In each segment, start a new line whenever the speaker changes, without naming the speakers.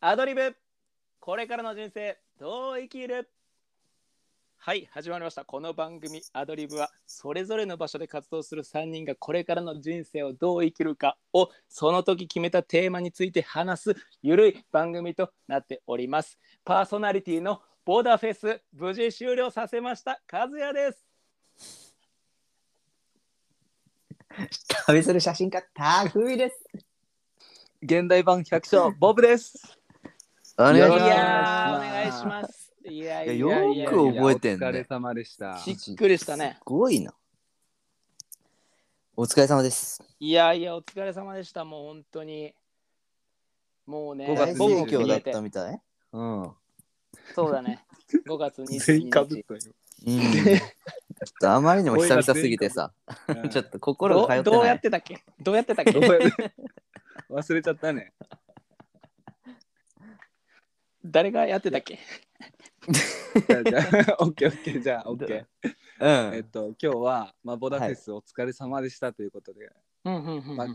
アドリブこれからの人生どう生きるはい始まりましたこの番組「アドリブ」はそれぞれの場所で活動する3人がこれからの人生をどう生きるかをその時決めたテーマについて話すゆるい番組となっておりますパーソナリティのボーダーフェス無事終了させました和也です
旅する写真家、たくみです。
現代版百姓ボブです。
お願いし
いやーお
ま
願いしますいやいや
す。
い
い
や
や
いや
よく覚えてん
お疲れ
ね。
様でした。
びっくりしたね
すごいな。お疲れ様です。
いやいや、お疲れ様でした、もう本当に。もうね、
5月
僕
盛
も
況だった
見
みたい。うん。うん。
えてそうだね。5月
全員かぶっ
22
たよ。
ちょっとあまりにも久々すぎてさ、ちょっと心
日
が通って
どう。どう
な
やっ
い。
てたっけどうやってたっけ
どうやる忘れちゃったね。
誰がやってたっけ
じゃあじゃあ オッケーオッケーじゃあオッケ
う
ー。えっ
ん。
と今日はまあボダフェスお疲れ様でしたということで、
うんうんうんうん。
ま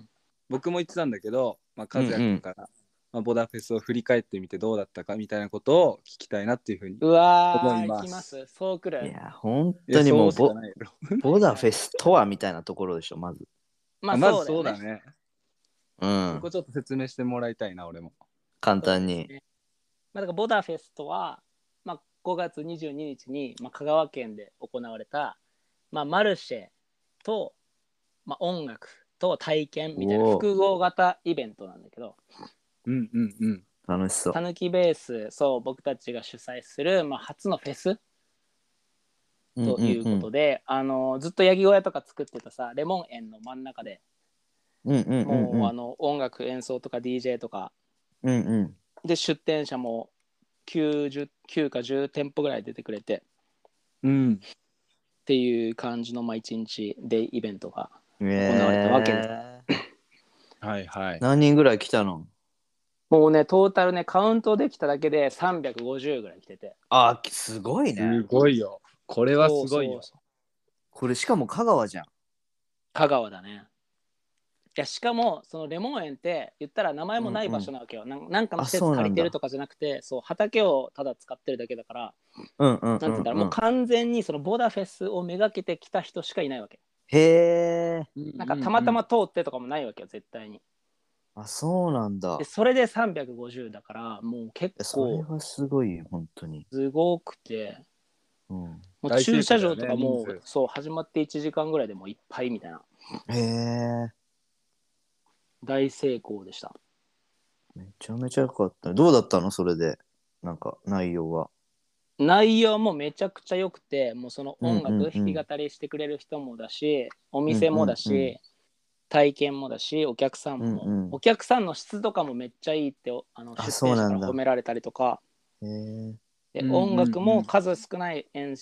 僕も言ってたんだけど、まあ和也君から、まあボダフェスを振り返ってみてどうだったかみたいなことを聞きたいなっていうふうに。
うわ
思
ー、
い
行
ます
きます。そうく
い
る。
や、本当にもう
いやそ
ボ
うしかないよ
ボダフェスとはみたいなところでしょ、まず。
まあ、
ま
そ
ずそう
うだ
だ
よね。
ね。
う
こ
ん
こ。ちょっと説明してもらいたいな俺も。
簡単に。
まあ、だからボダフェスとは、まあ、5月22日に、まあ、香川県で行われた、まあ、マルシェと、まあ、音楽と体験みたいな
おー
複合型イベントなんだけど、
うんうんうん。
楽しそう
た。ぬきベースそう僕たちが主催する、まあ、初のフェスということ
で。
で、あのずっとヤギ小屋とか作ってたさレモン園の真ん中で
うんうんう
もう、
んう
あ
ん。
の音楽演奏とか DJ とか
うんうん。
で出店者も90 9か10店舗ぐらい出てくれてっ
うん。
ていう感じの、まあ、1日でイベントが
行
われたわけ
はいはい。
何人ぐらい来たの
もうねトータルねカウントできただけで350ぐらい来てて
あ、すごい
す
ね。
ごいよ。これはすごい
そう
よ
そう。そう
これしかも香川じゃん。
香川だねいやしかもそのレモン園って言ったら名前もない場所なわけよ、なんなんかの施設
あそうなんだ
借りてるとかじゃなくてそう畑をただ使ってるだけだから
うんうんうん
なんて言うんだろうもう完全にそのボーダーフェスをめがけてきた人しかいないわけ
へえ。
なんかたまたま通ってとかもないわけよ絶対に
あ、そうなんだ
で。それで350だからもう結
それ
構
はすごいよ、本当に。
すごくて
うん、
もう
大
駐
盛況
車場と
だよね
かもう、
人
そう始まって1時間ぐらいでもういっぱいみたいな
へえ。
大成功でした
めちゃめちゃ良かった。どうだったのそれで。なんか、内容は。
内容もめちゃくちゃ良くてもうその音
うんうんう
楽
ん
弾き語りしてくれる人もだし、お店もだし、
うんうんう
体験もだしお客さんも、
うんうん
お客さんの質とかもめっちゃいいっておあの出
あ
店
そう
者
な
か
んだ
ら褒められたりとか
へえ。
で、
うんうんうん
音楽も数少ない演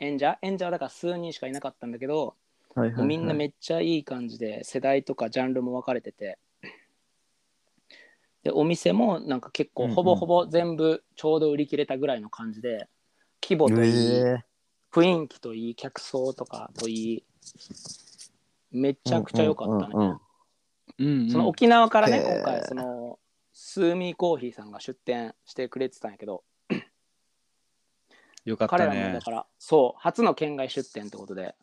演者演者はだから数人しかいなかったんだけど、
はい
もうみんなめっちゃいい感じで世代とかジャンルも分かれててでお店もなんか結
う
構
んうん
ほぼほぼ全部ちょうど売り切れたぐらいの感じで規模といい、
へえ
雰囲気といい客層とかといいめちゃくちゃ良かったね、
うんうんうん
うんうん
その沖縄からね
へー
今回そのスーミーコーヒーさんが出店してくれてたんやけど、
よかった
彼らも
ね
だ。からそう初の県外出店ってことで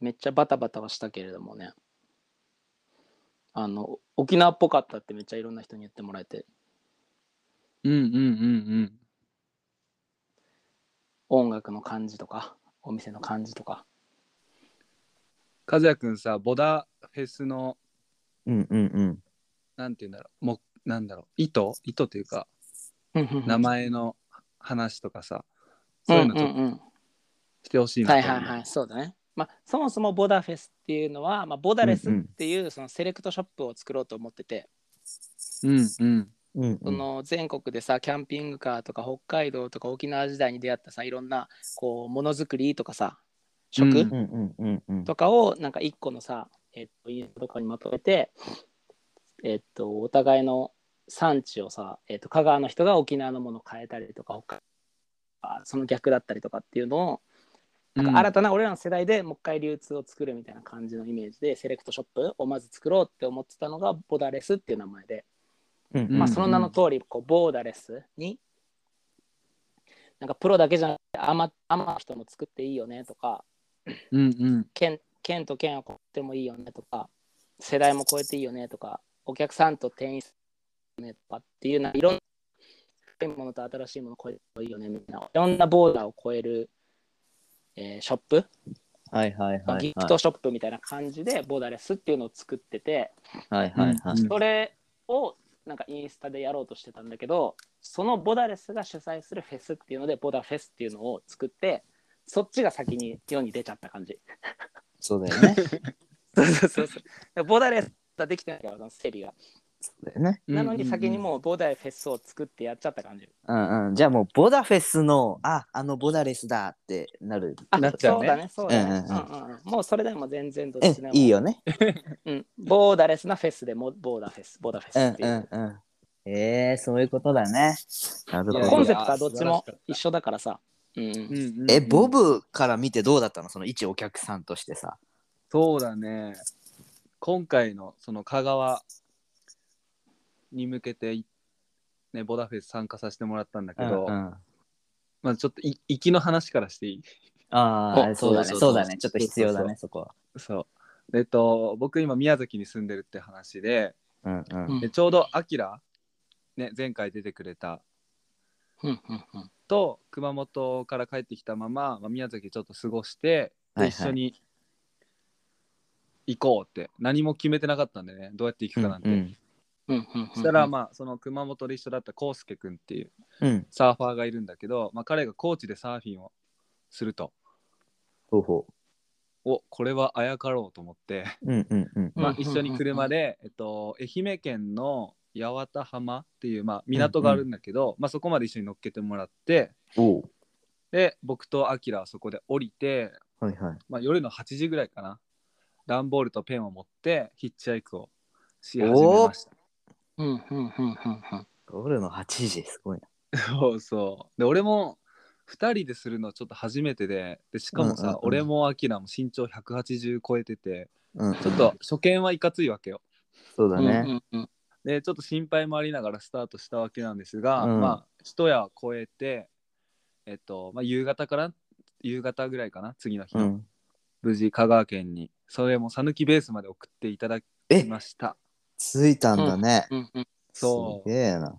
めっちゃバタバタはしたけれどもねあの沖縄っぽかったってめっちゃいろんな人に言ってもらえて
うんうんうん
音楽の感じとかお店の感じとか
うん。和也くんさ、ボダフェスの、
うんうんうん。
なんて言うんだろう、もう、なんだろう、意図意図というか、名
名
前の話とかさ、そういうのちょっとしてほしいな
は
と
い
思う
はいはいそうだねまあそもそもボダフェスっていうのは、まあ、ボダレスっていうそのセレクトショップを作ろうと思ってて、
うんうん。
うんうん
その全国でさキャンピングカーとか北海道とか沖縄時代に出会ったさいろんなこうものづくりとかさ食、
うん
うんうんうんうん。
とかをなんか一個のさ、えっとインスタとかにまとめて、えっと、お互いの産地をさ、えっと、香川の人が沖縄のものを変えたりとか北海あその逆だったりとかっていうのをなんか新たな俺らの世代でもう一回流通を作るみたいな感じのイメージでセレクトショップをまず作ろうって思ってたのがボダレスっていう名前で
うん
まあ、その名の通りこうボーダレスになんかプロだけじゃなくてアマアマの人も作っていいよねとか
うんうん
県県と県を越えてもいいよねとか世代も超えていいよねとかお客さんと店員さんねとかっていうないろんな古いものと新しいものを超えてもいいよねみたいないろんなボーダーを超える、えーショップ、
はいはい
まあ
は
ギ
い
フ
は
トショップみたいな感じでボーダレスっていうのを作ってて、
い。はいはいはい。
それをなんかインスタでやろうとしてたんだけどそのボダレスが主催するフェスっていうのでボダフェスっていうのを作ってそっちが先に世に出ちゃった感 じ
そうだよね。
そうそうそうそうボダレスができてないからその整理が
そうだよね。
なのに先にもうボダレフェスを作ってやっちゃった感じ、
うんうん。じゃあもうボダフェスの、あ、あのボダレスだってなる。
あ
なっちゃうね
そうだねそうだね、
う
うんうんうんもうそれでも全然どっ
え
ちで、も
いい、よね。
うん、ボーダレスなフェスでもボーダフェスボーダフ
う
ェス
ん
っていうう、
んうん。えー、そういうことだね。なる
いや
コ
ほ
ン
ど
セ。プトはどっちも一緒だからさ、うんうん
うんうんうん
え、ボブから見てどうだったのその一お客さんとしてさ。
そうだね今回のその香川に向けていねボダフェス参加させてもらったんだけど、
うんうん
まあちょっとい行きの話からしていい
ああ、
お
そうだね。
そ
そ
うそうそう
うだね。ちょっと必要だね、そこは。
そうえっと僕今宮崎に住んでるって話で
うんうん。
うん
でちょうどアキラね前回出てくれた
うんうんうん
と熊本から帰ってきたまま、まあ、宮崎ちょっと過ごして、
はい
で
はい
一緒に行こうって何も決めてなかったんでねどうやって行くかなんて、
うん
うんうんうん
そしたらまあその熊本で一緒だったコウスケ君っていう
うん。
サーファーがいるんだけど、まあ、彼が高知でサーフィンをすると
ほうほ
おこれはあやかろうと思って、
う。うんうんうん。
まあ
う、ん
一緒に車で、えっと、愛媛県の八幡浜っていう、まあ、港があるんだけど、まあ、そこまで一緒に乗っけてもらって
おう。
で僕とアキラはそこで降りて、
はいはい。
まあ、夜の8時ぐらいかな段ボールとペンを持ってヒッチハイクをし始めました。
うんうんうんうんうん
夜の8時、すごいな。
そうそうで俺も2人でするのちょっと初めてででしかもさ、
うんうんうん
俺もアキラも身長180超えてて
うん。
ちょっと初見はいかついわけよ
そうだね。
うんうん
でちょっと心配もありながらスタートしたわけなんですが、
うん
まあ一夜超えてえっと、まあ、夕方から夕方ぐらいかな次の日
う
の、
ん。
無事香川県にそれも讃岐ベースまで送っていただき
え、
ました
着いたんだね。
うんうん
そう
すげえな。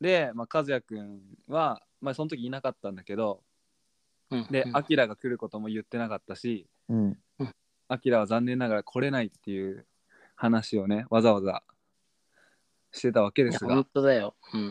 で、まあ、和也くんは、まあ、その時いなかったんだけど
うん
で
うん
アキラが来ることも言ってなかったし
うん。
アキラは残念ながら来れないっていう話をねわざわざしてたわけで
いや
すが
本当だよ。うんうんう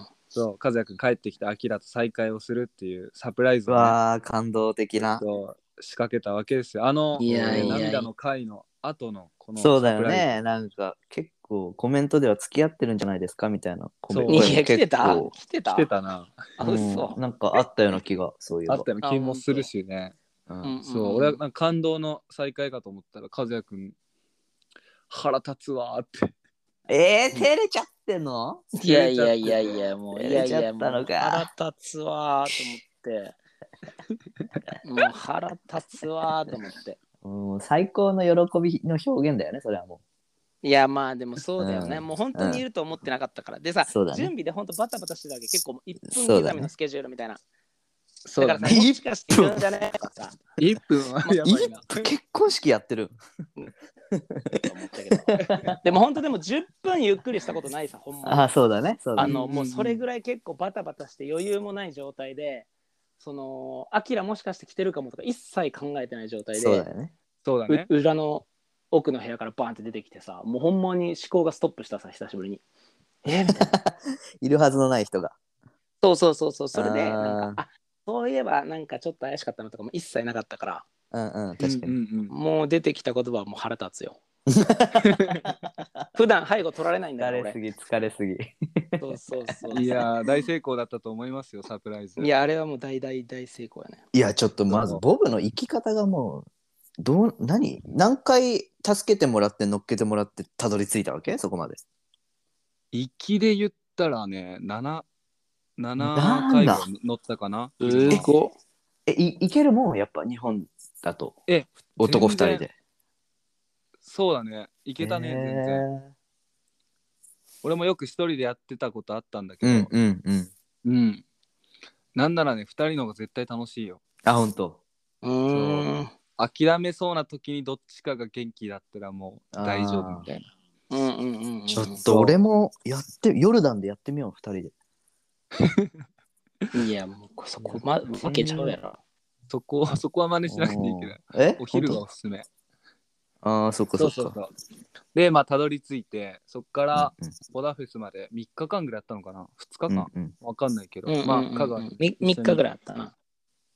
ん。
そう和也くん帰ってきてアキラと再会をするっていうサプライズ
う
を、ね、
わあ、感動的な。
そう仕掛けたわけですよあの
いやいやいや
涙の回の後のこの
そうだよ
サプライズ
ね。なんか、結構コメントでは付き合ってるんじゃないですかみたいなコメン
そ
ト
う
い
も
や、来て
結
た
構。
来てた
来てたな
あ、
うん
嘘。
なんかあったような気が、そういう
あ
の
ったような気もするしね
う
うん
ん
ん
そう俺はなんか感動の再会かと思ったら和也くん腹立つわーって
えー、照れちゃってんの
いやいやいやいや、もう、いやい
やれちゃ
や、
っ
も
た
う
のか
腹立つわーと思って。もう腹立つわーと思って。
うん、最高の喜びの表現だよね、それはも
いや、まあでもそうだよね。
うん
もう本当にいると思ってなかったから。でさ、
そうだね
準備で本当バタバタしてたわけ。結構もう1
そ
分
う
刻
だね
みのスケジュールみたいな。
そう
だ
だ
から
ね
さ、もしかしているんじゃねえとかさ、
1分はや
う。
ばいな
え結婚式やってる。
と思ったけ ど。でも本当でも10分ゆっくりしたことないさ、ほんまに。
あ、そうだね。そうだ
あ
ね。
の
うんうんうん
もうそれぐらい結構バタバタして余裕もない状態でそのアキラもしかして来てるかもとか一切考えてない状態
そうだ
で、
よね。
そうだね
う裏の奥の部屋からバーンって出てきてさもうほんまに思考がストップしたさ久しぶりに。えーみたいな
いるはずのない人が。
そうそうそうそうそれで
あー
なんかあそういえばなんかちょっと怪しかったのとかも一切なかったから
うんうん、確かに。
うんうんうん
もう出てきた言葉はもう腹立つよ。 普段背後取られないんだから
疲れす
俺
ぎ、疲れすぎ。
そうそうそうそう
いやー大成功だったと思いますよサプライズ
いやあれはもう大大大成功やね。
いや、ちょっとまず、ボブの生き方がもう、どう、何何回助けてもらって、乗っけてもらって、たどり着いたわけそこまで。
行きで言ったらね77
なん
回
だ
は乗ったかな
すご
え、いいけるもん、やっぱ日本だと。
え
男二
全然
人で。い
そうだね行けたね全然俺もよく一人でやってたことあったんだけ
うんう
ど、
んうん。
うんなんならね2人の方が絶対楽しいよ
あ、ほんと。
うーん
諦めそうな時にどっちかが元気だったらもう大丈夫みたいな
うんうんうんうん
ちょっと俺もやって、ヨルダンでやってみよう、二人で。
いやもうこそこま負けちゃうやろ
そこ はそこは真似しなくていいけど
おーえ
お昼が
ほん
おすすめ
とああ、そっか
そ
そうっ
そう
か。
そうでまあたどり着いてそっから
うん
ボダフェスまで3日間ぐらいあったのかな2
う
日
ん
間、
うんうん
わかんないけど、
うんうんうん
まあ香川
み三日ぐらいあったな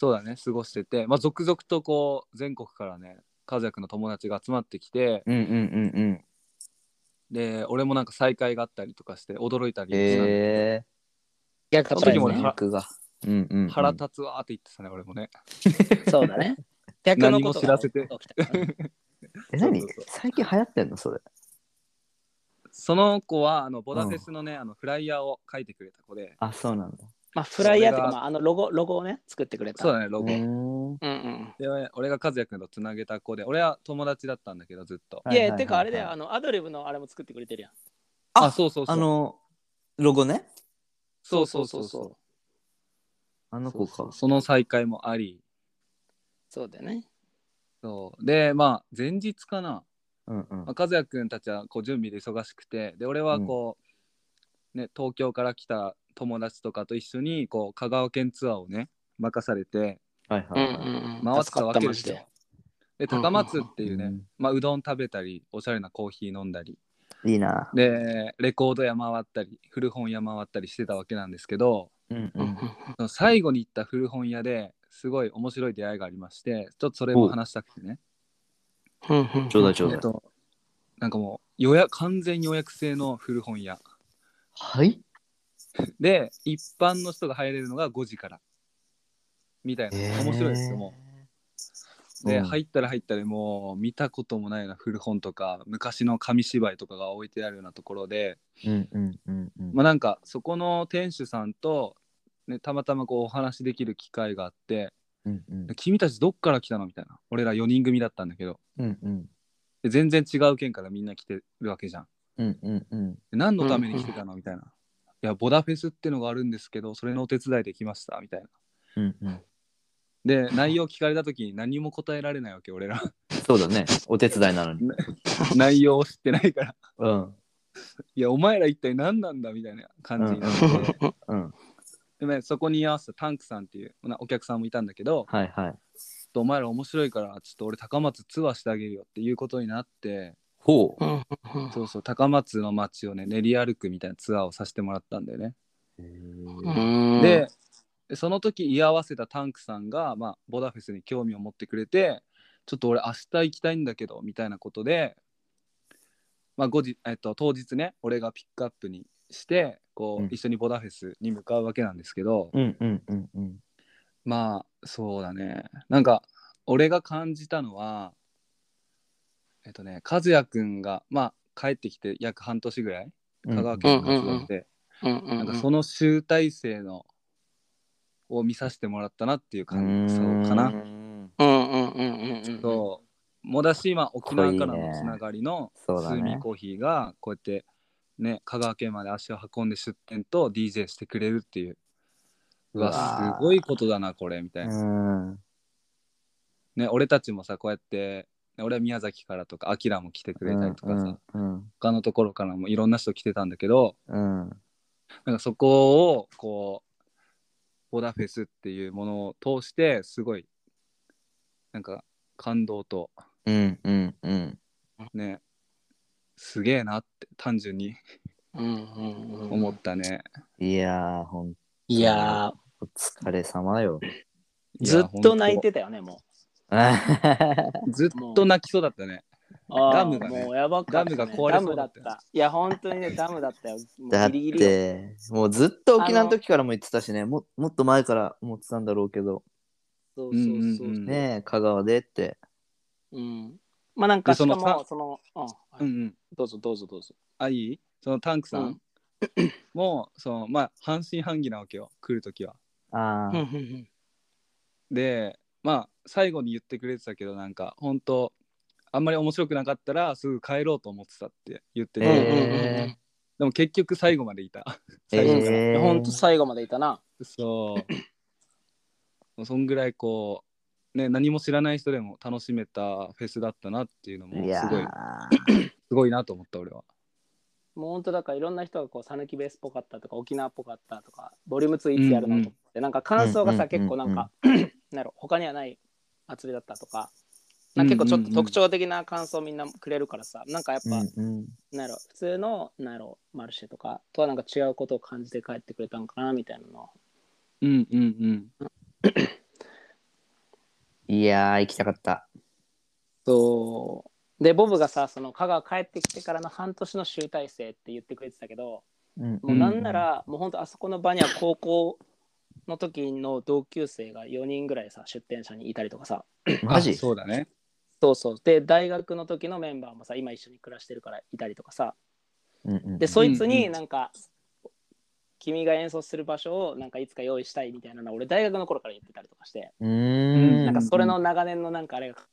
そうだね過ごしててまあ続々とこう全国からね和也くんの友達が集まってきて
うんうんうんうん。
で俺もなんか再会があったりとかして驚いたりした、
え
逆
ー。
その時も
ね
ね
リンクが。うんうんうん。
腹立つわーって言ってたね俺もね
そうだね。逆のことが起きたからね
え、何
そうそう
最近流行ってんのそれ。
その子はあのボダフェスのね、あのフライヤーを書いてくれた子で
あ、そうなんだ。
まあ、フライヤーとか、まあ、あのロゴ、ロゴをね、作ってくれた。
そうだねロゴ、
うーん
うんうん。
で俺が和也くんとつなげた子で俺は友達だったんだけどずっと
いや、てかあれだよ、
は
あ
い
の、アドリブのあれも作ってくれてるやん。
あ
あ
そうそうそう
あの、ロゴね。
そうそうそうそう
あの子か。
その再会もあり
そうだよね。
そうでまあ前日かな
うんうん
まあ、和也くんたちはこう準備で忙しくてで俺はこう、ね、東京から来た友達とかと一緒にこう香川県ツアーをね任されて
はい
うん
は
う
い
ん
はい。
うん。
回って
助
た
かっ
わ
た
け
ま
で
し
す
て
よ。で高松っていうね、
うん
まあ、うどん食べたりおしゃれなコーヒー飲んだり
いいな。
でレコード屋回ったり古本屋回ったりしてたわけなんですけど
うん
う
うん
うんん。
その最後に行った古本屋ですごい面白い出会いがありましてちょっとそれも話したくてね
うんうん
ちょうだいちょう
え
だ
っ
い。
と、なんかもう予約完全予約制の古本屋
はい
で一般の人が入れるのが5時からみたいな面白いですよもうで、
うん
入ったら入ったらもう見たこともないような古本とか昔の紙芝居とかが置いてあるようなところで、
う。うんうんうんうん。
まあ、なんかそこの店主さんと、ね、たまたまこうお話しできる機会があって
うんうん
「君たちどっから来たの?」みたいな俺ら4人組だったんだけど
うんうん
で全然違う県からみんな来てるわけじゃん。
うんうんうん。
で何のために来てたのみたいな。いや、ボダフェスってのがあるんですけど、それのお手伝いできましたみたいな。
うんうん。
で、内容聞かれた時に何も答えられないわけ、俺 ら。
そうだね。お手伝いなのに。
内容を知ってないから。
うん。
いや、お前ら一体何なんだみたいな感じになって。
うんうん。
でね、そこに居合わせたタンクさんっていうなお客さんもいたんだけど、
はいはい。
ちょっとお前ら面白いから、ちょっと俺高松ツアーしてあげるよっていうことになって、
ほう。
うんうん
そうそう、高松の街をね、練り歩くみたいなツアーをさせてもらったんだよね。
うん。
で、その時居合わせたタンクさんが、まあ、ボダフェスに興味を持ってくれてちょっと俺明日行きたいんだけどみたいなことで、まあ後日えっと、当日ね俺がピックアップにしてこう、
うん
一緒にボダフェスに向かうわけなんですけど、
うんうんうんうん。
まあそうだねなんか俺が感じたのはえっとね和也くんが、まあ、帰ってきて約半年ぐらい香川県の活動で、
うんうんうん
なんかその集大成のを見させてもらったなっていう感想かな。
うんうんうんうんうん。
そうもだし今沖縄から
これいい
の
ね
つながりのス
そうだね
ーミーコーヒーがこうやってね香川県まで足を運んで出店と DJ してくれるっていう
う
う
わ
わ
ー
すごいことだなこれみたいな、
うん。
ね俺たちもさこうやってね俺は宮崎からとかアキラも来てくれたりとかさ、
うん
他のところからもいろんな人来てたんだけど
うん。
なんかそこをこうボダフェスっていうものを通してすごいなんか感動と
うんうんうん。
ねすげえなって単純に
うんうんうん
思ったね、
いやー、ほん
いや
お疲れ様よ。
ー、ずっと泣いてたよね、も
ずっと泣きそうだったね
う。あー
ダムがね
もうやばかったね。
ダムが壊れ
ダ
そ
ム
うだ
だ
っ
った
よ
た。いや、本当にね、ダムだったよ。もう
だっ
ギリギリよ
て、もうずっと沖縄の時からも言ってたしね、ももっと前から思ってたんだろうけど、
そうそうそう。
うんうんうん
ねえ、香川でって。
うん。まあなんか、
で
し
そ
か
の
も、その、う
うんん
は
う
い
ん
どうぞどうぞどうぞ。
あいいそのタンクさ
うんん
も、そのまあ半信半疑なわけよ来る時は
ああ、
でまあ最後に言ってくれてたけどなんか本当あんまり面白くなかったらすぐ帰ろうと思ってたって言ってて、
えー
でも結局最後まで いた。
え
最初から。
ー
ほんと最後までいたな。
そう。そんぐらいこう、ね、何も知らない人でも楽しめたフェスだったなっていうのも
いや
すごい、
ー
すごいなと思った俺は。
もうほんとだからいろんな人がこう、讃岐ベースっぽかったとか、沖縄っぽかったとか、ボリューム2いつやるのとかって、なんか感想がさ、
うんうん
結
うん
構
うん
なんか、なんやろ、他にはない厚みだったとか、なんか結構ちょっと特徴的な感想みんなくれるからさ、なんかやっぱ、
うんうん
なんやろ普通のなんやろマルシェとかとはなんか違うことを感じて帰ってくれたんかなみたいなの
うんうんうん。
いやー行きたかった。
そうでボブがさその香川帰ってきてからの半年の集大成って言ってくれてたけど
うん
もうなんなら、もうほんとあそこの場には高校の時の同級生が4人ぐらいさ出店者にいたりとかさ
マジ
あそうだね。
そうそうで大学の時のメンバーもさ今一緒に暮らしてるからいたりとかさ
うんうん
でそいつ
うんう
に
ん
なんか、君が演奏する場所をなんかいつか用意したいみたいなのを俺大学の頃から言ってたりとかして。
うーん
なんかそれの長年のなんかあれが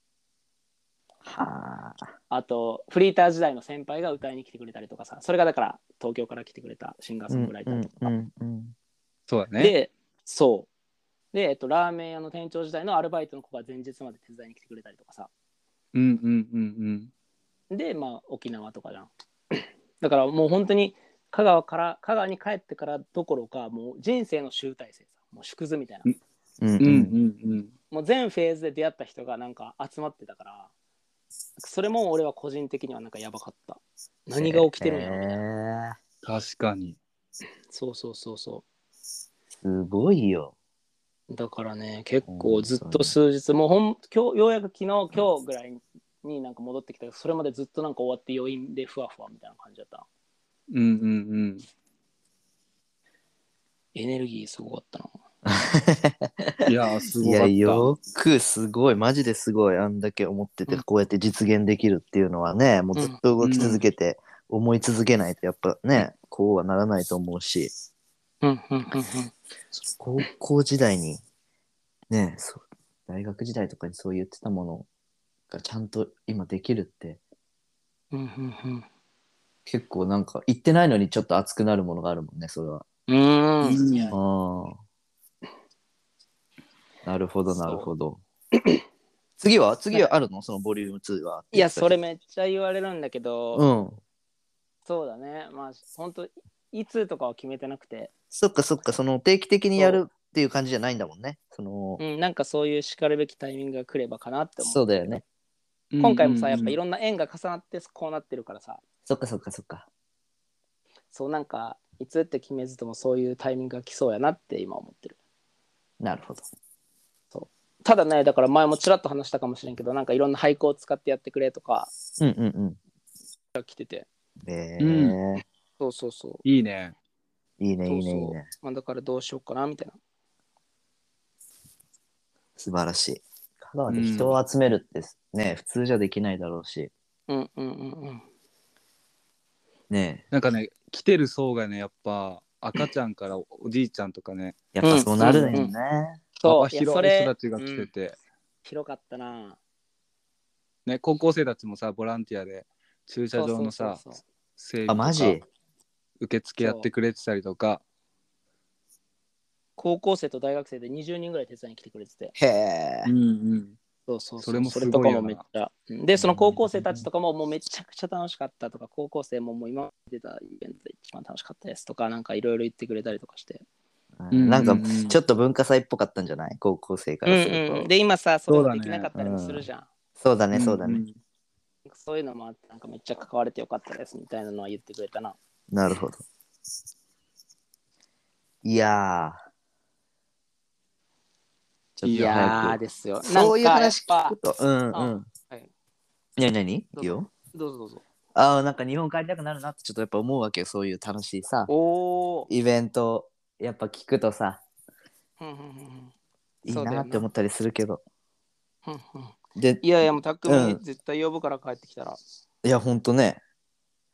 はあ
あとフリーター時代の先輩が歌いに来てくれたりとかさそれがだから東京から来てくれたシンガーソングライターとか、
うんうん
そうだね。
でそうで、えっと、ラーメン屋の店長時代のアルバイトの子が前日まで手伝いに来てくれたりとかさ
うんうんうん
でまあ沖縄とかじゃん だからもう本当に香川から香川に帰ってからどころかもう人生の集大成さもう縮図みたいな
うんうん
う
う
ん。うん
ん
うんうん。
もう全フェーズで出会った人がなんか集まってたからそれも俺は個人的にはなんかやばかった何が起きてるんやろみたいな
えー
確かに。
そうそうそうそ
すごいよ。
う。だからね、結構ずっと数日、もうほん今日ようやく昨日、今日ぐらいになんか戻ってきたけど、それまでずっとなんか終わって余韻でふわふわみたいな感じだった。
うんうん
エネルギーすごかったな。
うん。いやー、す
い
ごかっ
や
た。
よくすごいマジですごいあんだけ思ってて
うん
こうやって実現できるっていうのはねもうずっと動き続けて思い続けないとやっぱねこうはならないと思うし
うんうんうん
高校時代にねそう大学時代とかにそう言ってたものがちゃんと今できるって
うん。うんうん
結構なんか言ってないのにちょっと熱くなるものがあるもんねそれは。
うん。う。
うんん
いや
ああ。なるほど、
そう
なるほど。 次は次はあるのそのボリューム2は。
いや、それ。めっちゃ言われるんだけど、
うん。
そうだね。まあ、本当いつとかは決めてなくて、
そっかそっか、その定期的にやるっていう感じじゃないんだもんね。その、
うん、なんかそういうしかるべきタイミングが来ればかなって思う。
そうだよね。
今回もさ、やっぱい
ろ
ろんな縁が重なってこうなってるからさ、
そっかそっかそっか。
そうなんかいつって決めずともそういうタイミングが来そうやなって今思ってる
なるほど。
ただねだから前もちらっと話したかもしれんけどなんかいろんな俳句を使ってやってくれとか
うんうん
が来てて
うん。え
う
ー
そうそうそう
いいね。
いいね
そ
いういねいい
そう
ね。
まあだからどうしようかなみたいな
素晴らしい。香川で人を集めるってね、普通じゃできないだろうし。
うんうんうんうん
ね
なんかね、来てる層がね、やっぱ赤ちゃんからおおじいちゃんとかね、
やっぱそうなるよ
うんう
ね
ん。
幅
そういや
広
そ
い
れ
人たちが来
う
て
ん
て、
広かったな
ね、高校生たちもさ、ボランティアで駐車場のさ、
そうそうそう
整備
あ、
とか
マジ
受付やってくれてたりとか、
高校生と大学生で20人ぐらい手伝いに来てくれてて
へえ
う。んうん、
そうそう
それもすごい
とかも
よな
めっちゃうんでその高校生たちとかももうめちゃくちゃ楽しかったとか高校生ももう今まで出たイベントで一番楽しかったですとかなんかいろいろ言ってくれたりとかして
うん
なんか
うんうん
ちょっと文化祭っぽかったんじゃない高校生か
うん
らすると。
うん、で今さそれ
そう
が
だ
で
ね
きなかったりもするじゃん
そうだね、そうだね。
ん
そう,、いうのもあってなんかめっちゃ関われてよかったですみたいなのは言ってくれたな
なるほど。いやー。ち
い
い
や
や
ょ
ー
っと
ですよ
早く。そういう話
なん
聞
かやっ
くと。うん
ぱ
うん。
あはい
ね何
ど
い
ぞ
ういよ。
ぱどうぞどうぞ
ああ、なんか日本帰りたくなるなってちょっとやっぱ思うわけよ。そういう楽しいさ、
おお
イベント、やっぱ聞くとさ、いい
そうだよな
なって思ったりするけど。で、
いやいやもうたっくん
う
に
ん
絶対呼ぶから帰ってきたら、
いや、ほんとね、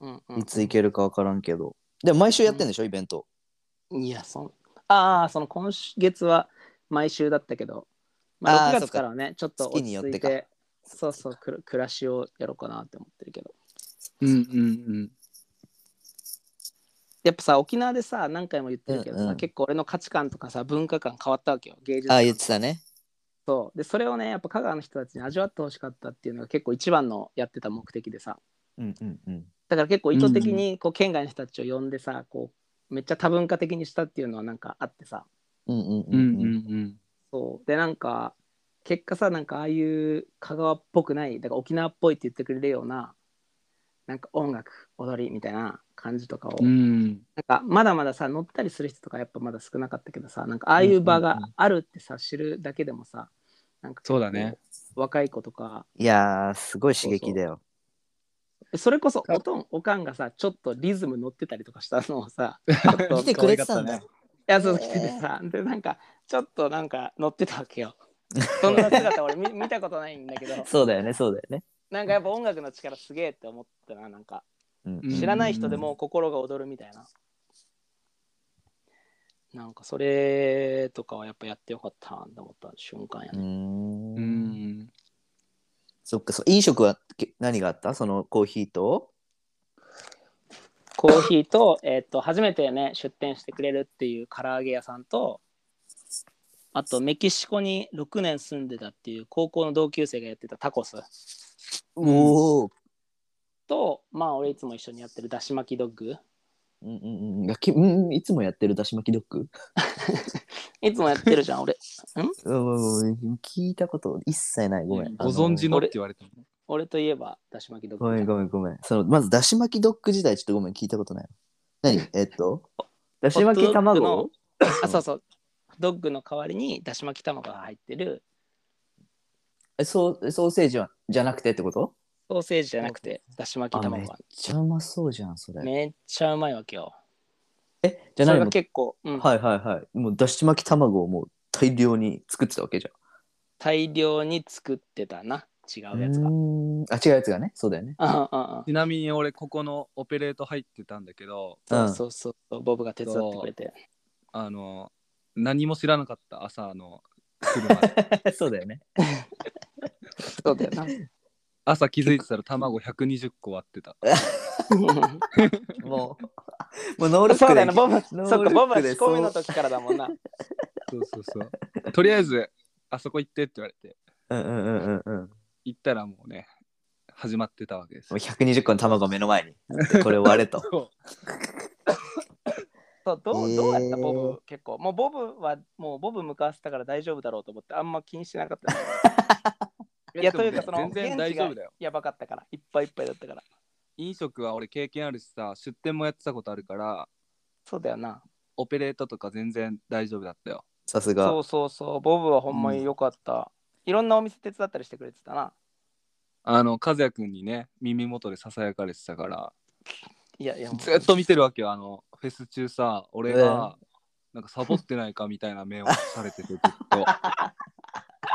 うんう
いつ行けるかわからんけど。でも毎週やってんでしょ、イベント。
ん、いやそんああその今月は毎週だったけど、ま
あ
あ、
ー
6月からはねちょっと落
月に
ち
よっ
着い
て
て
か
そうそうくる暮らしをやろうかなって思ってるけど
うんうんうん
やっぱさ沖縄でさ何回も言ってるけどさ、
うんうん
結構俺の価値観とかさ文化観変わったわけよ芸術
ああ、
観
言ってたね。
そうでそれをねやっぱ香川の人たちに味わってほしかったっていうのが結構一番のやってた目的でさ
うんうんうん。
だから結構意図的にこう県外の人たちを呼んでさ、こうめっちゃ多文化的にしたっていうのはなんかあってさ
うんうん
う
うんん
う
うん。
ん
そうでなんか結果さなんかああいう香川っぽくないだから沖縄っぽいって言ってくれるようななんか音楽踊りみたいな感じとかを、
うん。うん。
なんかまだまださ乗ったりする人とかやっぱまだ少なかったけどさなんかああいう場があるってさ、知るだけでもさなんか
そうだね
若い子とか
いやー、すごい刺激だよ。
それこそおとんおかんがさちょっとリズム乗ってたりとかしたのをさちょっと
来てくれてたんだ。
いやそう来ててさでなんかちょっとなんか乗ってたわけ よ。そんな姿俺見見たことないんだけど
そうだよね、そうだよね。
なんかやっぱ音楽の力すげえって思ったななんか
うん
うん
知らない人でも心が躍るみたいな。なんかそれとかはやっぱやってよかったなって思った瞬間や
う
ね。
ん。
う
うん
ん。
そっか、そう飲食はけ何があったそのコーヒーと
コーヒーと,、えっと初めてね出店してくれるっていう唐揚げ屋さんとあとメキシコに6年住んでたっていう高校の同級生がやってたタコス
おお。
とまあ俺いつも一緒にやってるだし巻きドッグ
うんうんうんいやきうん。いつもやってるだし巻きドッグ
いつもやってるじゃ ん俺
うんうん。聞いたこと一切ない。ごめ
うん
ん。
ご存知のっ
俺
て言われたの。
俺といえばだし巻きドッグ
ごめんごめんごめん。そのまずだし巻きドッグ時代ちょっとごめん聞いたことない。何えっとだし巻き
ホットドッ
卵
グあそうそうドッグの代わりにだし巻き卵が入ってる
えそうソーセージはじゃなくてってこと
ソーセージじゃなくてだし巻き
あめっ
卵が
ちゃうまそうじゃんそれ。
めっちゃうまいわけよ
じゃ
そ
な
れ
いも
が
う
結構、うん
はいはいはい。もうだし巻き卵をもう大量に作ってたわけじ
大量に作ってたな違
ゃん。
うやつが
うーんあ違うやつがね。そうだよね。
うんうんうん
ちなみに俺ここのオペレート入ってたんだけど、
そうそうそうそう、ボブが手伝ってくれて。
あの何も知らなかった朝の来るま で
そうだよね。
そうだよな。
朝気づいてたら卵120個割ってた。
もうもうノールックで
そうだよな、ボブ。そ
ノ
っ
ー
か、
ルックで
ボブは仕込みの時からだもんな。
そうそうそう。とりあえずあそこ行ってって言われて
うんうんうんうんうん。も
行ったらもうね始まってたわけです
う
よ。
120個の卵目の前に。これ割れ と。
そうど
へ
う
ー
どうやった、ボブ結構。もうボブは、もうボブ向かわせたから大丈夫だろうと思って、あんま気にしてなかった。 いや、というか、その、
全然大丈夫だよ。。
やばかったから、いっぱいいっぱいだったから。
飲食は俺経験あるしさ出店もやってたことあるから
そうだよな。
オペレートとか全然大丈夫だったよ。
さすが。
そうそうそう、ボブはほんまによかった。いろんなお店手伝ったりしてくれてたな。
あの和也くんにね耳元でささやかれてたから
いやいや、 もう
ずっと見てるわけよあのフェス中さ俺が、なんかサボってないかみたいな目をされててずっと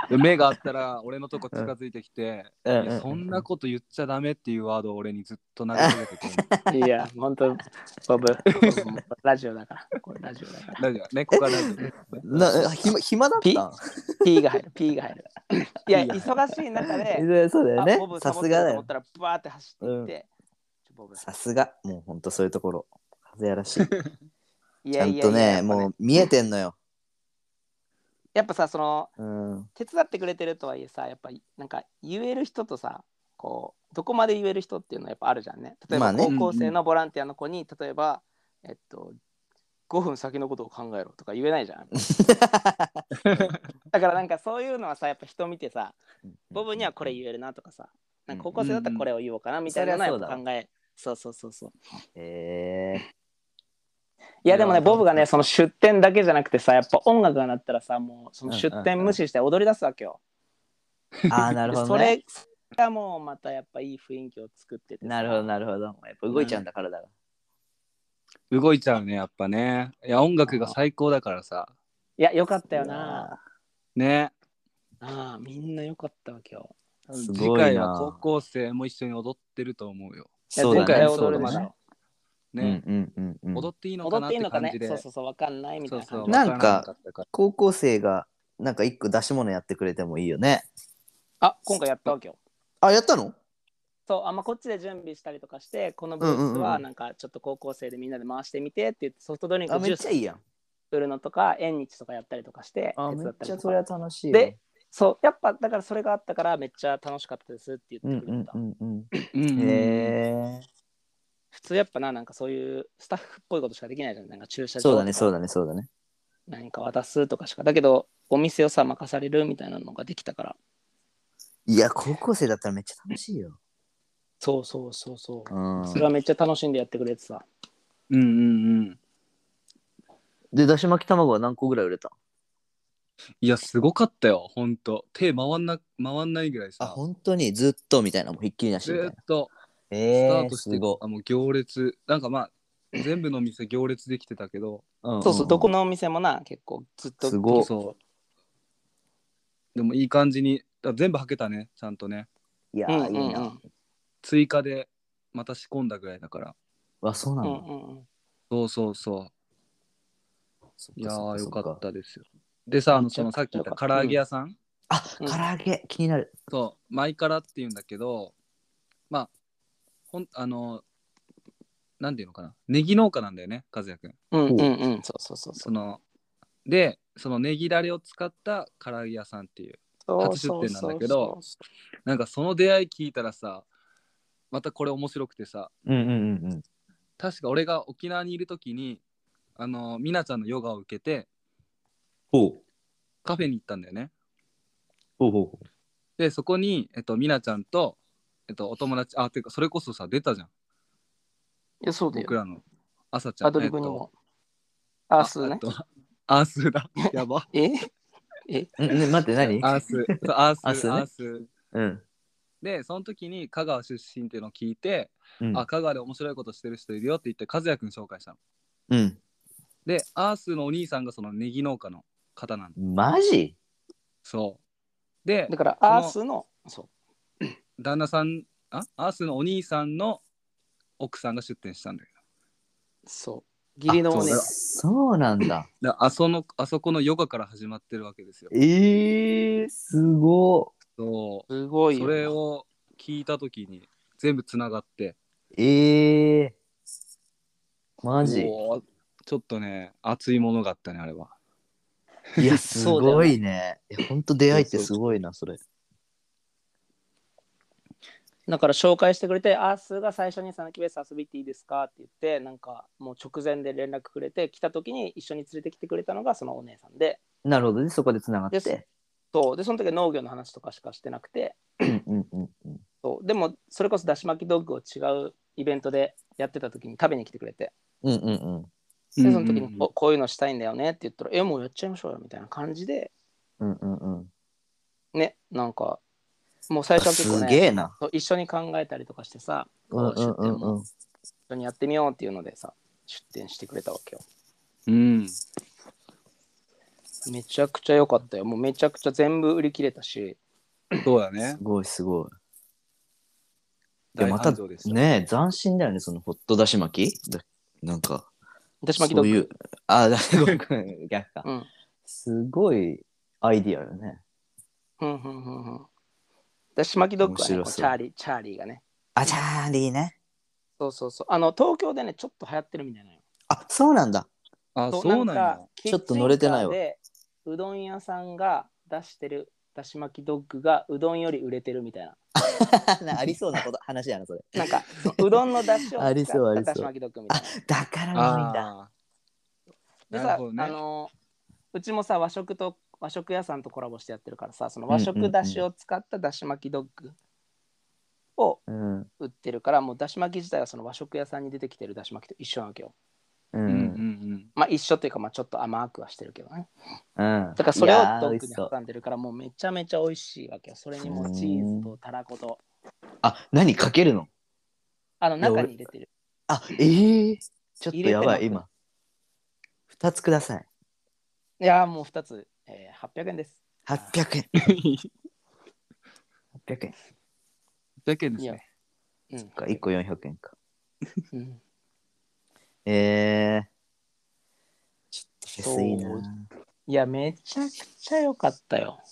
で目があったら俺のとこ近づいてきて、
うん
いやそんなこと言っちゃダメっていうワードを俺にずっと投げかけてくる
いや、本当ボ ブ、ボブもラジオだから。これラジオだから。
大丈夫猫から大丈夫
な暇暇だっ
ピ
た
P が入る P が入るいや
P が
忙しい中で
えそうだよ
あ
ね
ボブ。サ
さ
ボっ
す
て
が
ると思
だよ
っ。たらバーって走っていって、ちょボブ
さすが。もうほんとそういうところ。風やらしい。ち
い
ゃ
やい
ん
や
と
いや
ね、
やっぱ
もう見えてんのよ。
やっぱさその
うん。
手伝ってくれてるとはいえさやっぱりなんか言える人とさこうどこまで言える人っていうのはやっぱあるじゃんね例え
ま
ば
あね
高校生のボランティアの子に、例えばえっと5分先のことを考えろとか言えないじゃ んだからなんかそういうのはさやっぱ人見てさボブにはこれ言えるなとかさ、なんか高校生だったらこれを言おうかなみたいなのはやっぱ考え、そうそうそうそう。
え
いやでもね、
いや
ボブがね、その出店だけじゃなくてさ、やっぱ音楽が鳴ったらさ、もうその出
うんうんう
店
ん
無視して踊り出すわけよ。
ー。ああ、なる
で
ほ
そ
どね。
れがもうまたやっぱいい雰囲気を作っててさ。
なるほど、なるほど。やっぱ動いちゃうんだからだわ。
動いちゃうねやっぱねいや音楽が最高だからさ
いや、よかったよな。
ね
ああ、みんなよかったわけよ。
す
次
ごいな
回は高校生も一緒に踊ってると思うよ
そう
いや
だ
絶対
ね。
踊
そう
る
だ
ま
ね
だ。
う
ね
ん、うんうんうん。
踊っていいのか
踊
な
っ
って
いい
て
のか
感
ね
じで。
そうそうそう、わかんないみたい
そう
な感
そう
じ。
なんか
わらなったら
高校生がなんか一個出し物やってくれてもいいよね。
あ、今回やったわけよ。
あ、やったの
そうあまあこっちで準備したりとかしてこのブース
うんうん
は
うん
なんかちょっと高校生でみんなで回してみてって言ってソフトドリン
あ
クジ
め
ュー
っち
ス
ゃいいやん
売るのとか縁日とかやったりとかして
あ
手
め
伝
っ
ったり
ちゃ
と
そ
か
れは楽しいわ
でそうやっぱだからそれがあったからめっちゃ楽しかったですって
うん
言ってく
う
れ
ん
た、
うんうん
うん
へえ
普通やっぱななんかそういうスタッフっぽいことしかできないじゃんなんか駐車場
そうだね
とか
そうだねそうだね
何か渡すとかしかだけどお店をさ任されるみたいなのができたから
いや高校生だったらめっちゃ楽しいよ
そうそうそうそうう、
ん
それはめっちゃ楽しんでやってくれてさ
うんうんうん
でだし巻き卵は何個ぐらい売れた
いやすごかったよほんと手回んな回んないぐらい
あ
さ
本当にずっとみたいなもうひっきりなし
ず
みたいな
ーっとスタ
え
ー
ー
トして、
すご
あもう行列なんかまあ全部の店行列できてたけど
い
そうそうどこ
の
のお店もな結構ずっと
すごおい
そうでもいい感じにあ全部はけたねちゃんとね
いや
うん
ー
う
いい
んう
なん
追加でまた仕込んだぐらいだから
わそうな
うん
だ
んうん
そうそうそう
そ
い
か
や
そ
ー
か
よ
そ
かったですよでさあの
めち
そ
ゃ
の
くちゃ
さっき言った
よか
唐
った
揚げ屋さん、
あ
うん
唐揚げ気になる
そうマイカラっていうんだけどまあほんあのなんていうのかなネギ農家なんだよね和也くん
うんうんうんそうそうそうそ
そうのでそのネギだれを使った唐揚げ屋さんっていう初出店なんだけどなんかその出会い聞いたらさまたこれ面白くてさ
うんうんうんうん
確か俺が沖縄にいる時にあのみなちゃんのヨガを受けて
ほう
カフェに行ったんだよね
ほうほうほう
でそこに、えっと、みなちゃんと、えっと、お友達あていうかそれこそさ出たじゃん
いやそうだ
僕
よ
らの朝ちゃん
アドリブにも、アースね
えっとあえっとアースだやば
え
うんね待って何
アースそうアース
アースね
アース
うん
でその時に香川出身っていうのを聞いて、
うん
あ香川で面白いことしてる人いるよって言って和也くん紹介したの
うん
でアースのお兄さんがそのネギ農家の方なんだ
マジ
そうで
だから
その
アースのそ
旦那さんあアースのお兄さんの奥さんが出店したんだけ
うそう義理のお姉
あ
そうなんだ
どだあそのあそこのヨガから始まってるわけですよ
えーすご
そ
すご
う
いよ
そ
な
れを聞いた時に全部つながって
いええマジ
おーちょっとね熱いものがあったねあれは い
やすごいねいやほんと出会いってすごいなそれ
だから紹介してくれて、アースが最初に「サナキベース遊び行っていいですか?」って言って、なんかもう直前で連絡くれて、来た時に一緒に連れてきてくれたのがそのお姉さんで、
なるほどねそこでつながっ
です
て
そうでその時は農業の話とかしかしてなくて、
うんうんうんうん
そうでもそれこそだし巻きドッグを違うイベントでやってた時に食べに来てくれて、
うんうんうん
でその時に、
うんうんうん
おこういうのしたいんだよねって言ったら、え、もうやっちゃいましょうよみたいな感じで、
うんうんうん
ね、なんか、もう最初は結構
す
ね、
げえな
そう一緒に考えたりとかしてさ、
うんうんう
出店
んう
も
ん
一緒にやってみようっていうのでさ、出店してくれたわけよ。
うん
めちゃくちゃ良かったよ。もうめちゃくちゃ全部売り切れたし、
そうだね
すごいすごいで
大
また
繁盛でした
ねえ斬新だよねそのホットだし巻きだなんか
私巻きド
そう
ッ
い
グ。
うあ だごめんごめん逆か
うん。
すごいアイディアよね
うんうんうんうん。私巻きドッグは、ね、
面白そう
こうチャーリー、チャーリーがね。
あチャーリーね
そうそうそう。あの、東京でね、ちょっと流行ってるみたいなのよ。
あそうなんだ
あそうなん
か
や
キッチンカー
ちょっと乗れてないわ
で、うどん屋さんが出してるだし巻きドッグがうどんより売れてるみたいな。
あり そうなこと話やなそれ
なんか、うどんのだしを使
ありそう
っ
あ
た
り
だし
そう
巻きドッグみたいな。
だから多いんだ
あ
で
ー
さ
なるほど、ね
あのうちもさ和食と和食屋さんとコラボしてやってるからさその和食だしを使っただし巻きドッグを
うん
売ってるから、もうだし巻き自体はその和食屋さんに出てきてるだし巻きと一緒なわけよ
う
ーうんうんうんん
まあ一緒というかまあちょっと甘くはしてるけどね
う
だ
ん
からそれを
いやー
ド
美
ッグ
味
に
しそう
挟んでるからもうめちゃめちゃ美味しいわけよそれにもうチーズとたらこと
あ何かけるの
あの中に入れてる
あええちょっと
入れて
やば
ます
い今2つください
いやーもう2つ、えー、800円です
800円800円
だけです
いや
ね
うん
か1個400円か
うん
ええちょっとフェスいい
そう
ない
やめちゃくちゃ良かったよ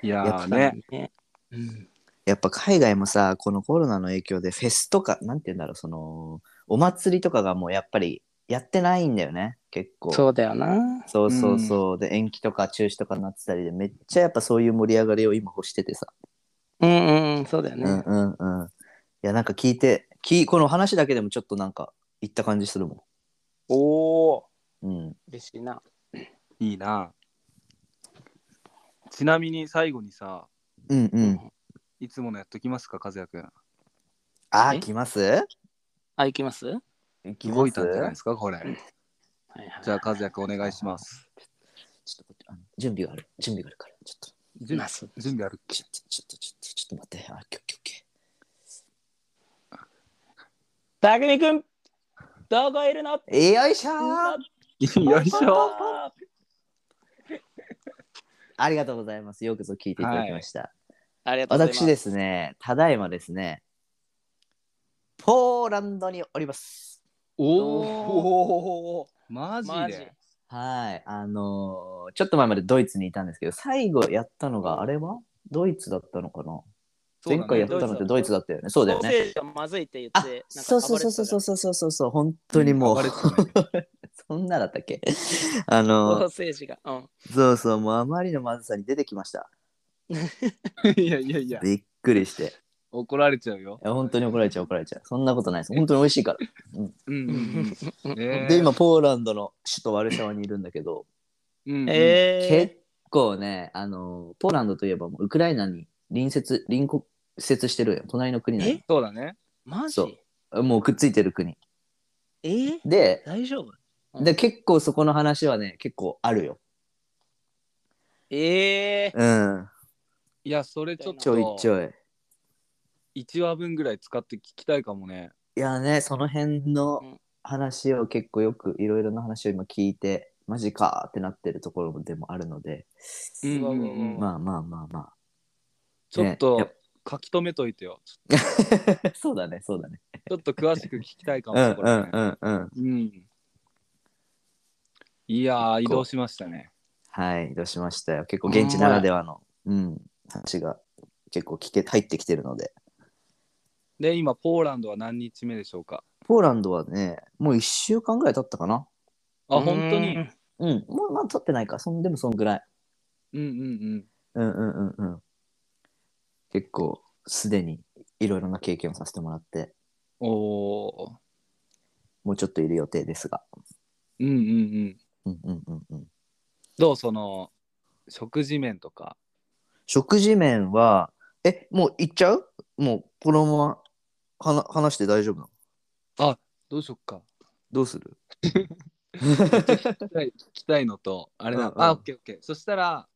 いや
やっ
ー
ぱ
ね
ね、うん、
やっぱ海外もさ、このコロナの影響でフェスとか、なんて言うんだろう、その、お祭りとかがもうやっぱりやってないんだよね、結構。
そうだよな。
そうそうそう。で、延期とか中止とかになってたりで、めっちゃやっぱそういう盛り上がりを今欲しててさ。
うんうんうん、そうだよ
うん
ね。
うんうん。いや、なんか聞いて、きこの話だけでもちょっとなんか言った感じするも
おお、
ん。うん。
嬉しいな。
いいなちなみに最後にさ
うんうん。
いつものやっときますか和也くん
あ
え
ー、来ます
あ、いきますは
来
動いたんじゃないですかこれ
いはい。
じゃあ和也くんお願いします
ちょっとこっちあの準備がある。準備があるから。ちょっと、
いきます。
準備ある
ちょっと、ちょっと、ちょっと、ちょっと待って。あ、オッケーオッケーオッケー。
たくみくん、どこいるのよ
えーよいしょー
よいしょ
ありがとうございます。よくぞ聞いていただきました。
ありがとうございます。
私ですね、ただいまですね、ポーランドにおります。
おお
おお
マジ
マジ
で
はい。あのーちょっと前までドイツにいたんですけど、最後やったのが、あれはドイツだったのかな、
そうだね
前回やったのってドイツだったよね。そうだよ
ソー
ね。
セージがまずいって言
あ
って、なん
そう
か
そう
暴れてたじゃん
そうそうそうそうそうそう、本当にもう、
暴れてたね
そんなだったっけ
ソ
あの
ーセージが。うん。
そうそう、もうあまりのまずさに出てきました。
いやいやいや
びっくりして。い
怒られちゃうよ
や本当に怒られちゃう、怒られちゃう。そんなことないです。本当に美味しいから。
うんうんうんね
で、今、ポーランドの首都ワルシャワにいるんだけど、
うんえ
え
結構ね、あのポーランドといえばもうウクライナに隣接、隣国接してるよ。隣の国な
え
そうだね
マジ
そうのもうくっついてる国。
えー
で、
大丈夫
で結構そこの話はね、結構あるよ。
ええ
うん。
いやそれちょっ
ちょいち
と
ょい。
1話分ぐらい使って聞きたいかもね
いやね、その辺の
うん
話を結構よくいろいろな話を今聞いて、マジかーってなってるところでもあるので、
うんうんうん
まあまあまあま
ちょっ
ね
と書き留めといてよ
あ。そうだね、そうだね。
ちょっと詳しく聞きたいか
うん
もこ
う
れ
ん
ね
うん うん。
うんいやー移動しましたね
はい、どうしましたよ。結構現地ならではの、うん、話が結構聞け、入ってきてるので。
で今ポーランドは何日目でしょうか
ポーランドはね、もう1週間ぐらい経ったかな。
あ本当に
うん、もうまあ経ってないか、そんでもそんぐらい。
うんうん
うんうんうんうん。結構、すでにいろいろな経験をさせてもらって、
うんおー
もうちょっといる予定ですが。
うんうんうん
うんうんうんうん。
どうその食事面とか
食事面は、え、もう行っちゃうもうこのままはな話して大丈夫なの
どうしよっか
どうする
聞きたい聞きたいのとあれな、
うんうん
あオッケーオッケーそしたら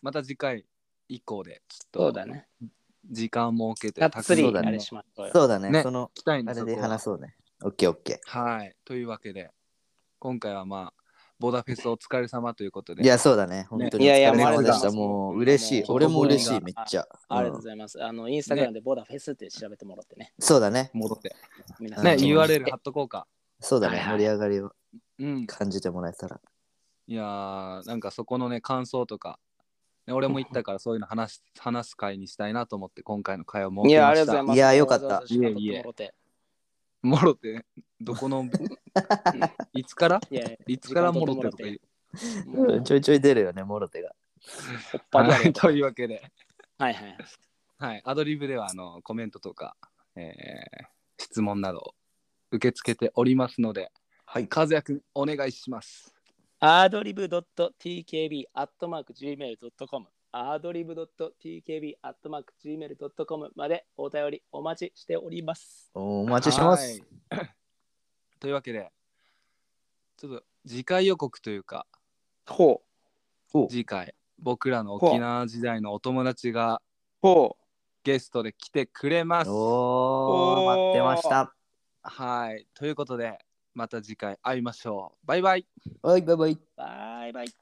また次回以降でちょ
そ
っ
う
と
だね。
時間設けて
がった
く
つ
さん
り
そうだね
あれしましょうよ。
そうだね、
ね
その、
聞きたい
あ
の
れ
そ
で
こは
話そうね。オッケーオッケ
はいというわけで今回はまあボダフェスお疲れ様ということ
ー。
で
いや、そうだね。本当に
い
お
やいや
疲れ様でした。
も
も
う
う嬉しい。
もう
俺も嬉しい、めっちゃ。
ありがとう
う
ご
ん
ざいます。あの、インスタグラムでボーダーフェスって調べてもらってね。
そうだね。
戻って
皆
うん
さ
ね
んに
URL 貼っとこうか
そうだね
は。いはい
盛り上がりを
うん
感じてもらえたら。
いやーなんかそこのね感想とか、ね、俺も言ったからそういうの話す話す会にしたいなと思って今回の会を設けまし
い
た
や、ありがとうございます。
いやよかった
わざわざ時間取ってもろて
もろてど このいつから
いやいや
いつからもろてとか言う
もう
ちょいちょい出るよね、モロテが。
ほっぱりあ
は
る
いというわけで、
はいはい。
はい、アドリブではあのコメントとか、えー質問などを受け付けておりますので、はい、和也くんお願いします
アドリブ .tkb.gmail.com アドリブ .tkb.gmail.com までお便りお待ちしております。
お待ちしてま
は
す
い。 というわけでちょっと次回予告というか
ほう
お
次回僕らの沖縄時代のお友達が
ほう
ゲストで来てくれます。
おー、待ってました。
はいということでまた次回会いましょう。バイバイ
はい、バイバイ。
バイバイ。